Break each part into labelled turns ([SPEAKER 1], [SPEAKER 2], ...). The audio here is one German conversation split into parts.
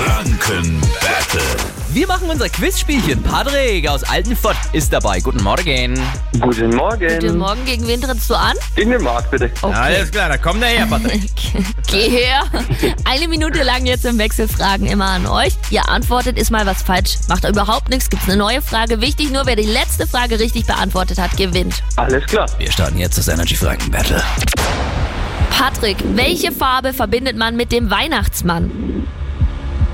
[SPEAKER 1] Franken Battle.
[SPEAKER 2] Wir machen unser Quizspielchen. Patrick aus Altenfort ist dabei. Guten Morgen.
[SPEAKER 3] Guten Morgen.
[SPEAKER 4] Guten Morgen, gegen wen trittst du an?
[SPEAKER 3] In den Markt, bitte.
[SPEAKER 2] Alles klar, da kommt der her, Patrick.
[SPEAKER 4] Geh her. Eine Minute lang jetzt im Wechsel Fragen immer an euch. Ihr antwortet, ist mal was falsch, macht überhaupt nichts, gibt's eine neue Frage. Wichtig nur, wer die letzte Frage richtig beantwortet hat, gewinnt.
[SPEAKER 3] Alles klar.
[SPEAKER 2] Wir starten jetzt das Energy Franken Battle.
[SPEAKER 4] Patrick, welche Farbe verbindet man mit dem Weihnachtsmann?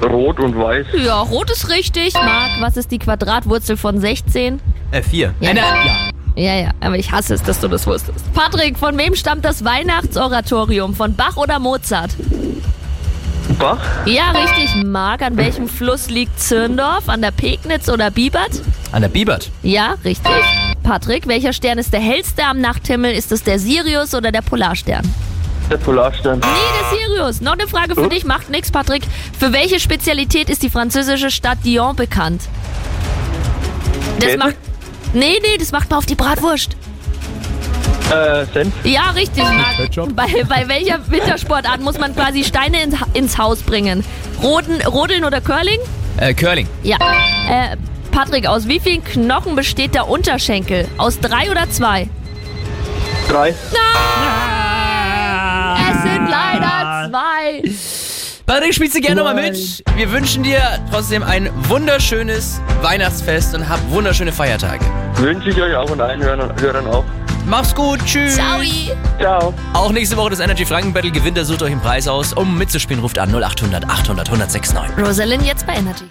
[SPEAKER 3] Rot und weiß.
[SPEAKER 4] Ja, rot ist richtig. Marc, was ist die Quadratwurzel von 16?
[SPEAKER 2] Äh, vier.
[SPEAKER 4] Ja.
[SPEAKER 2] Nein, nein, ja.
[SPEAKER 4] Ja, ja, aber ich hasse es, dass du das wusstest. Patrick, von wem stammt das Weihnachtsoratorium? Von Bach oder Mozart?
[SPEAKER 3] Bach.
[SPEAKER 4] Ja, richtig, Marc. An welchem Fluss liegt Zirndorf? An der Pegnitz oder Bibert?
[SPEAKER 2] An der Bibert.
[SPEAKER 4] Ja, richtig. Patrick, welcher Stern ist der hellste am Nachthimmel? Ist es der Sirius oder der Polarstern?
[SPEAKER 3] Der Polarstern.
[SPEAKER 4] Nee, der Sirius. Noch eine Frage für dich, macht nix, Patrick. Für welche Spezialität ist die französische Stadt Dijon bekannt? Das
[SPEAKER 3] Käse?
[SPEAKER 4] macht. Nee, nee, das macht man auf die Bratwurst.
[SPEAKER 3] Äh, Senf.
[SPEAKER 4] Ja, richtig, Marc. Bei, bei welcher Wintersportart muss man quasi Steine ins, ins Haus bringen? Roden, Rodeln oder Curling?
[SPEAKER 2] Äh, Curling.
[SPEAKER 4] Ja. Äh, Patrick, aus wie vielen Knochen besteht der Unterschenkel? Aus drei oder zwei?
[SPEAKER 3] Drei.
[SPEAKER 4] Es sind leider zwei.
[SPEAKER 2] Patrick, spielst du gerne nochmal mit? Wir wünschen dir trotzdem ein wunderschönes Weihnachtsfest und hab wunderschöne Feiertage.
[SPEAKER 3] Wünsche ich euch auch und allen Hörern, Hörern auch.
[SPEAKER 2] Mach's gut, tschüss.
[SPEAKER 4] Sorry.
[SPEAKER 3] Ciao.
[SPEAKER 2] Auch nächste Woche das Energy Franken Battle gewinnt, da sucht euch einen Preis aus. Um mitzuspielen, ruft an 0800 800 1069.
[SPEAKER 4] Rosalind jetzt bei Energy.